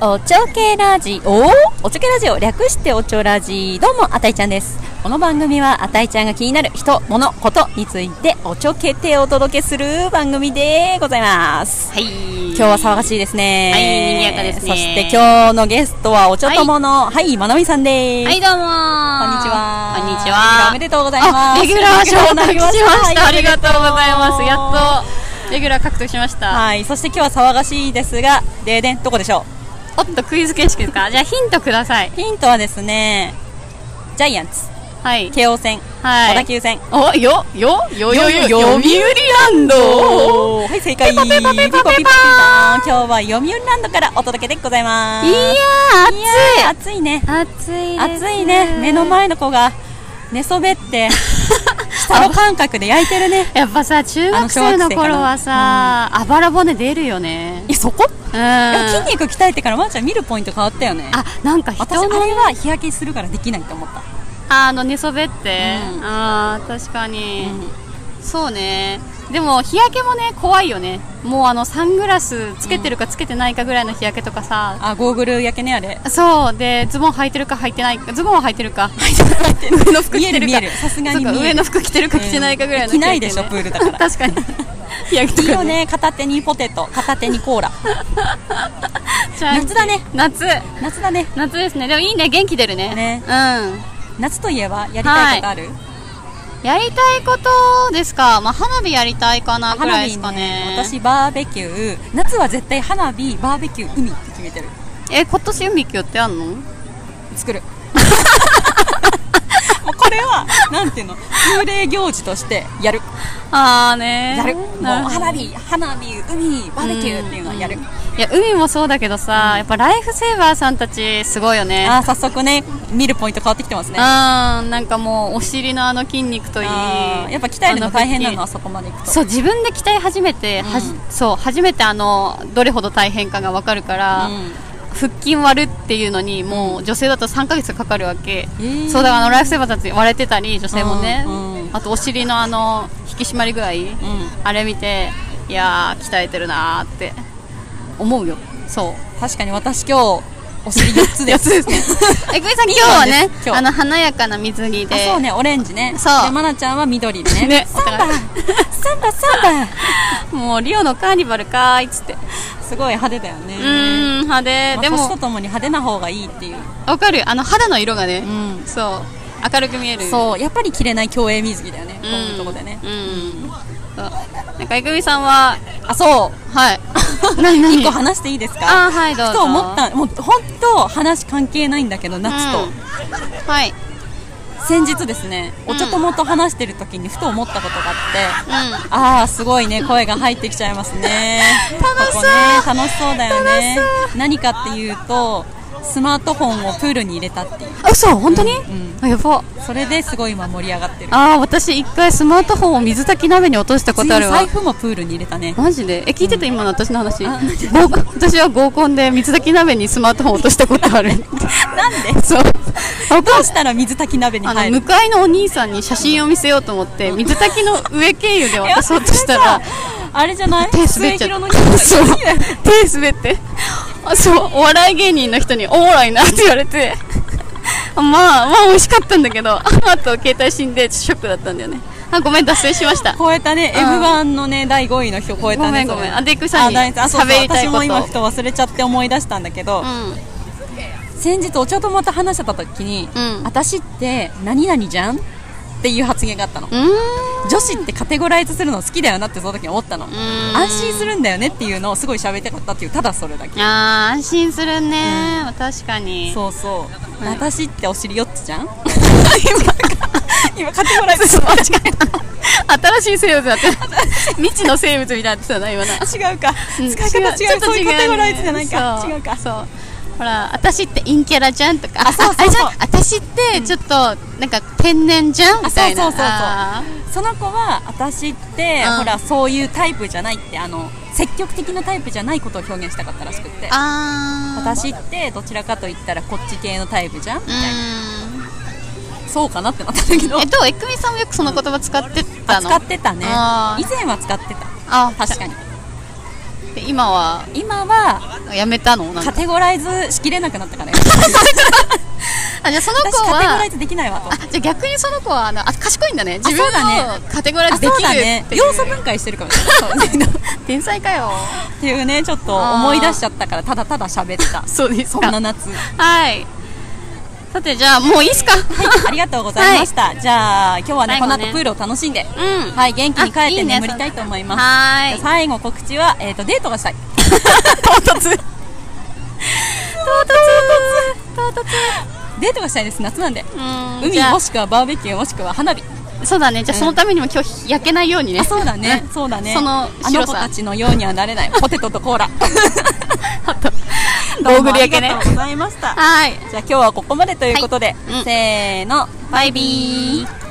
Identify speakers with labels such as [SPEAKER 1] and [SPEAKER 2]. [SPEAKER 1] おちょけラジオおちょけラジオ略しておちょラジどうもあたいちゃんですこの番組はあたいちゃんが気になる人物ことについておちょけてお届けする番組でございます
[SPEAKER 2] はい。
[SPEAKER 1] 今日は騒がしいですね
[SPEAKER 2] はい賑やかですね
[SPEAKER 1] そして今日のゲストはおちょとものはい、まなみさんです
[SPEAKER 2] はい、どうもこん
[SPEAKER 1] こん
[SPEAKER 2] に
[SPEAKER 1] にちは
[SPEAKER 2] こんにち
[SPEAKER 1] お
[SPEAKER 2] は
[SPEAKER 1] め。でとうございます
[SPEAKER 2] レギュラー
[SPEAKER 1] レギュラーにな
[SPEAKER 2] 昇格
[SPEAKER 1] り
[SPEAKER 2] し
[SPEAKER 1] ま
[SPEAKER 2] ま
[SPEAKER 1] し
[SPEAKER 2] したた。ありがとうございます。やっと、レギュラー獲得しました。
[SPEAKER 1] はいそして今日は騒がしいですがででんどこでしょ。
[SPEAKER 2] おっと、クイズ形式ですかじゃあヒントくださいう
[SPEAKER 1] ヒントはですねジャイアンツ
[SPEAKER 2] はい。
[SPEAKER 1] 京王線、
[SPEAKER 2] はい
[SPEAKER 1] 小田急線
[SPEAKER 2] お、よ、よ、よ、よ、よ、
[SPEAKER 1] よ
[SPEAKER 2] 読売ランド
[SPEAKER 1] はい正解
[SPEAKER 2] ペパペパペパペパ
[SPEAKER 1] ピコピコピコピコ今日は読売ランドからお届けでございます
[SPEAKER 2] いやー、
[SPEAKER 1] 暑いね
[SPEAKER 2] 暑い。暑いです
[SPEAKER 1] 暑いね目の。前の子が寝そべって 下の感覚で焼いてるね
[SPEAKER 2] やっぱさ、中学生の頃はさ、あばら骨出るよね。
[SPEAKER 1] えそこ
[SPEAKER 2] うん。
[SPEAKER 1] でも
[SPEAKER 2] あ、
[SPEAKER 1] 筋肉鍛えてからまーちゃん見るポイント変わったよね
[SPEAKER 2] なんか
[SPEAKER 1] 私あ
[SPEAKER 2] 人
[SPEAKER 1] れ
[SPEAKER 2] の
[SPEAKER 1] は日焼けするからできないと思った
[SPEAKER 2] あの寝そべって、
[SPEAKER 1] うん
[SPEAKER 2] ああ確かに、
[SPEAKER 1] う
[SPEAKER 2] そうねでも日焼けもね怖いよねもうあのサングラスつけてるかつけてないかぐらいの日焼けとかさ、
[SPEAKER 1] あゴーグル焼けねあれ
[SPEAKER 2] そうでズボン履いてるか履いてないかズボンは履いてるか 上の服着
[SPEAKER 1] 見え
[SPEAKER 2] てる
[SPEAKER 1] る
[SPEAKER 2] か
[SPEAKER 1] 見えるさすが
[SPEAKER 2] そう
[SPEAKER 1] に
[SPEAKER 2] か
[SPEAKER 1] 見える
[SPEAKER 2] 上の服着てるか着てないかぐらいの
[SPEAKER 1] うん着ないでしょプールだから
[SPEAKER 2] 確かに日焼 け
[SPEAKER 1] いい
[SPEAKER 2] とか
[SPEAKER 1] よね片手にポテト片手にコーラ
[SPEAKER 2] じゃあ
[SPEAKER 1] 夏だね
[SPEAKER 2] 夏
[SPEAKER 1] 夏だね
[SPEAKER 2] 夏ですねでもいいね元気出るね
[SPEAKER 1] ね
[SPEAKER 2] うん
[SPEAKER 1] 夏といえばやりたいことある、
[SPEAKER 2] やりたいことですか、まあ、花火やりたいかなぐら
[SPEAKER 1] 花
[SPEAKER 2] いで
[SPEAKER 1] 火
[SPEAKER 2] すかね
[SPEAKER 1] 私バーベキュー夏は絶対花火バーベキュー海って決めてる
[SPEAKER 2] え今年海きよってあんの
[SPEAKER 1] 作 るもうこれはなんていうの幽霊行事としてやる
[SPEAKER 2] ああね
[SPEAKER 1] やるもう
[SPEAKER 2] なほど
[SPEAKER 1] 花火花火海バーベキューっていうのはやる
[SPEAKER 2] うんいや海もそうだけどさ、やっぱライフセーバーさんたちすごいよね
[SPEAKER 1] あー早速ね見るポイント変わってきてますね
[SPEAKER 2] うんなんかもうお尻のあの筋肉といい
[SPEAKER 1] あーやっぱ鍛えるの大変なの
[SPEAKER 2] あ
[SPEAKER 1] あそこまで行くと
[SPEAKER 2] そう自分で鍛え始めて、はじ
[SPEAKER 1] うん
[SPEAKER 2] そう初めてあのどれほど大変かがわかるから、
[SPEAKER 1] うん
[SPEAKER 2] 腹筋割るっていうのにもう女性だと3ヶ月かかるわけ、
[SPEAKER 1] ー
[SPEAKER 2] そうだからあのライフセーバーたち割れてたり女性もね、
[SPEAKER 1] うんうん
[SPEAKER 2] あとお尻のあの引き締まり具合、あれ見ていやー鍛えてるなーって思うよ そう
[SPEAKER 1] 確かに私今日お尻4つ です
[SPEAKER 2] えぐいさん今日はね
[SPEAKER 1] 今日
[SPEAKER 2] あの華やかな水着
[SPEAKER 1] あ
[SPEAKER 2] で
[SPEAKER 1] そうねオレンジね
[SPEAKER 2] そう
[SPEAKER 1] でまなちゃんは緑でね
[SPEAKER 2] ね
[SPEAKER 1] サンバサンバサンバ
[SPEAKER 2] もうリオのカーニバルかーいっつってう
[SPEAKER 1] すごい派手だよね
[SPEAKER 2] ーん派手
[SPEAKER 1] まあ
[SPEAKER 2] で
[SPEAKER 1] 年と
[SPEAKER 2] も
[SPEAKER 1] ともに派手な方がいいっていう、
[SPEAKER 2] わかるあの肌の色がね
[SPEAKER 1] ん、
[SPEAKER 2] そう明るく見える
[SPEAKER 1] そうやっぱり着れない競泳水着だよね、
[SPEAKER 2] う
[SPEAKER 1] こういうとこでね
[SPEAKER 2] うんそうなんかえぐみさんは
[SPEAKER 1] あそう
[SPEAKER 2] はい
[SPEAKER 1] 一
[SPEAKER 2] 何
[SPEAKER 1] 個話していいですか
[SPEAKER 2] あーはいどう
[SPEAKER 1] ふ
[SPEAKER 2] ぞ
[SPEAKER 1] と思ったもう本当話関係ないんだけど夏と、
[SPEAKER 2] うんはい
[SPEAKER 1] 先日ですね
[SPEAKER 2] うん
[SPEAKER 1] お茶友と話してる時にふと思ったことがあって、
[SPEAKER 2] うん
[SPEAKER 1] ああすごいね声が入ってきちゃいますね
[SPEAKER 2] 楽しそ
[SPEAKER 1] ここ
[SPEAKER 2] う
[SPEAKER 1] ね、楽しそうだよね何かっていうとスマートフォンをプールに入れたっていう
[SPEAKER 2] あ嘘本当に
[SPEAKER 1] ん
[SPEAKER 2] あやば
[SPEAKER 1] それですごい今盛り上がってる
[SPEAKER 2] あー私一回スマートフォンを水炊き鍋に落としたことあるわ
[SPEAKER 1] 財布もプールに入れたね
[SPEAKER 2] マジでえ聞いてた今の私の話、
[SPEAKER 1] あ
[SPEAKER 2] 合コン私は合コンで水炊き鍋にスマートフォン落としたことある
[SPEAKER 1] なんで
[SPEAKER 2] そう
[SPEAKER 1] どうしたら水炊き鍋に
[SPEAKER 2] あ
[SPEAKER 1] 入
[SPEAKER 2] の
[SPEAKER 1] る
[SPEAKER 2] 向かいのお兄さんに写真を見せようと思って水炊きの上経由で渡そうとしたら
[SPEAKER 1] あれじゃない
[SPEAKER 2] 手滑っちゃ
[SPEAKER 1] 末
[SPEAKER 2] っ
[SPEAKER 1] 広の
[SPEAKER 2] た
[SPEAKER 1] 人
[SPEAKER 2] そう手滑ってあそうお笑い芸人の人に「おもろいな」って言われてまあまあ美味しかったんだけどあと携帯死んでショックだったんだよねあごめん脱線しました
[SPEAKER 1] 超えたね、
[SPEAKER 2] うん
[SPEAKER 1] F1 のね第5位の人超えたね
[SPEAKER 2] ごめんごめん
[SPEAKER 1] それ
[SPEAKER 2] あでくさんに
[SPEAKER 1] あ大丈夫あそうそう
[SPEAKER 2] 喋りたいこ
[SPEAKER 1] 私
[SPEAKER 2] と
[SPEAKER 1] も今ふと忘れちゃって思い出したんだけど、
[SPEAKER 2] うん
[SPEAKER 1] 先日お茶とまた話してた時に、
[SPEAKER 2] うん
[SPEAKER 1] 私って何々じゃんっていう発言があったの、
[SPEAKER 2] うーん
[SPEAKER 1] 女子ってカテゴライズするの好きだよなってその時思ったの、
[SPEAKER 2] ん
[SPEAKER 1] 安心するんだよねっていうのをすごい喋りたかったっていうただそれだけ
[SPEAKER 2] あー安心するね、確かに
[SPEAKER 1] そうそう、
[SPEAKER 2] はい
[SPEAKER 1] 私ってお尻4つじゃん 今カテゴライズする
[SPEAKER 2] 間違えた新しい生物だって未知の生物みたいになってたな今な
[SPEAKER 1] 違うか、
[SPEAKER 2] うん
[SPEAKER 1] 使い方違う
[SPEAKER 2] ちょっと
[SPEAKER 1] そういうカテゴライズ
[SPEAKER 2] ね
[SPEAKER 1] じゃないか
[SPEAKER 2] そう
[SPEAKER 1] 違うか
[SPEAKER 2] そうほら私って陰キャラじゃんとか
[SPEAKER 1] あそうそうそう
[SPEAKER 2] れじゃん私ってちょっとなんか天然じゃんみたいな
[SPEAKER 1] あそうそうそうそう
[SPEAKER 2] あ
[SPEAKER 1] その子は私って、
[SPEAKER 2] うん
[SPEAKER 1] ほらそういうタイプじゃないってあの積極的なタイプじゃないことを表現したかったらしくって
[SPEAKER 2] ーあー
[SPEAKER 1] 私ってどちらかと言ったらこっち系のタイプじゃんみ
[SPEAKER 2] う
[SPEAKER 1] たいな
[SPEAKER 2] ーん
[SPEAKER 1] そうかなってなったんだけど
[SPEAKER 2] えどうえくみさんもよくその言葉使ってたの
[SPEAKER 1] 使ってたね
[SPEAKER 2] あー
[SPEAKER 1] 以前は使ってた
[SPEAKER 2] あ
[SPEAKER 1] 確かに
[SPEAKER 2] で今は
[SPEAKER 1] 今は
[SPEAKER 2] やめたのなん
[SPEAKER 1] カ
[SPEAKER 2] か
[SPEAKER 1] テゴライズしきれなくなったからね
[SPEAKER 2] あじゃあその
[SPEAKER 1] 私
[SPEAKER 2] 子
[SPEAKER 1] カテゴラ
[SPEAKER 2] は
[SPEAKER 1] イズできないわと
[SPEAKER 2] あじゃあ逆にその子はあのあ賢いんだね自分
[SPEAKER 1] そうだ
[SPEAKER 2] をカテゴライ
[SPEAKER 1] あ
[SPEAKER 2] ズで
[SPEAKER 1] そう
[SPEAKER 2] きるっ
[SPEAKER 1] だ
[SPEAKER 2] ていう
[SPEAKER 1] ね要素分解してるかもしれない
[SPEAKER 2] 天才かよ
[SPEAKER 1] っていうねちょっと思い出しちゃったからただただ喋 った
[SPEAKER 2] そうです
[SPEAKER 1] そんな夏
[SPEAKER 2] はいさてじゃあもういいっすか
[SPEAKER 1] ありがとうございました、じゃあ今日はね
[SPEAKER 2] 最
[SPEAKER 1] こ
[SPEAKER 2] 後
[SPEAKER 1] の
[SPEAKER 2] ね
[SPEAKER 1] 後プールを楽しんで、
[SPEAKER 2] うん
[SPEAKER 1] はい元気に帰
[SPEAKER 2] あ
[SPEAKER 1] っ
[SPEAKER 2] い
[SPEAKER 1] て
[SPEAKER 2] い
[SPEAKER 1] い
[SPEAKER 2] ね
[SPEAKER 1] 眠りたいと思います
[SPEAKER 2] はーい
[SPEAKER 1] じゃあ最後告知は、えー、とデートがしたい
[SPEAKER 2] 唐突唐突唐突
[SPEAKER 1] デートがしたいです夏なんで
[SPEAKER 2] うんじ
[SPEAKER 1] 海
[SPEAKER 2] ゃあ
[SPEAKER 1] もしくはバーベキューもしくは花火
[SPEAKER 2] そうだねじゃあそのためにも今日焼けないようにね
[SPEAKER 1] あそうだ ねそうだね
[SPEAKER 2] その
[SPEAKER 1] あの
[SPEAKER 2] 白
[SPEAKER 1] 子
[SPEAKER 2] さ
[SPEAKER 1] たちのようにはなれないポテトと コーラ
[SPEAKER 2] ゴーグル焼けね
[SPEAKER 1] どうもありがとうございました
[SPEAKER 2] はい
[SPEAKER 1] じゃあ今日はここまでということで、
[SPEAKER 2] はいうん
[SPEAKER 1] せーの
[SPEAKER 2] バイビー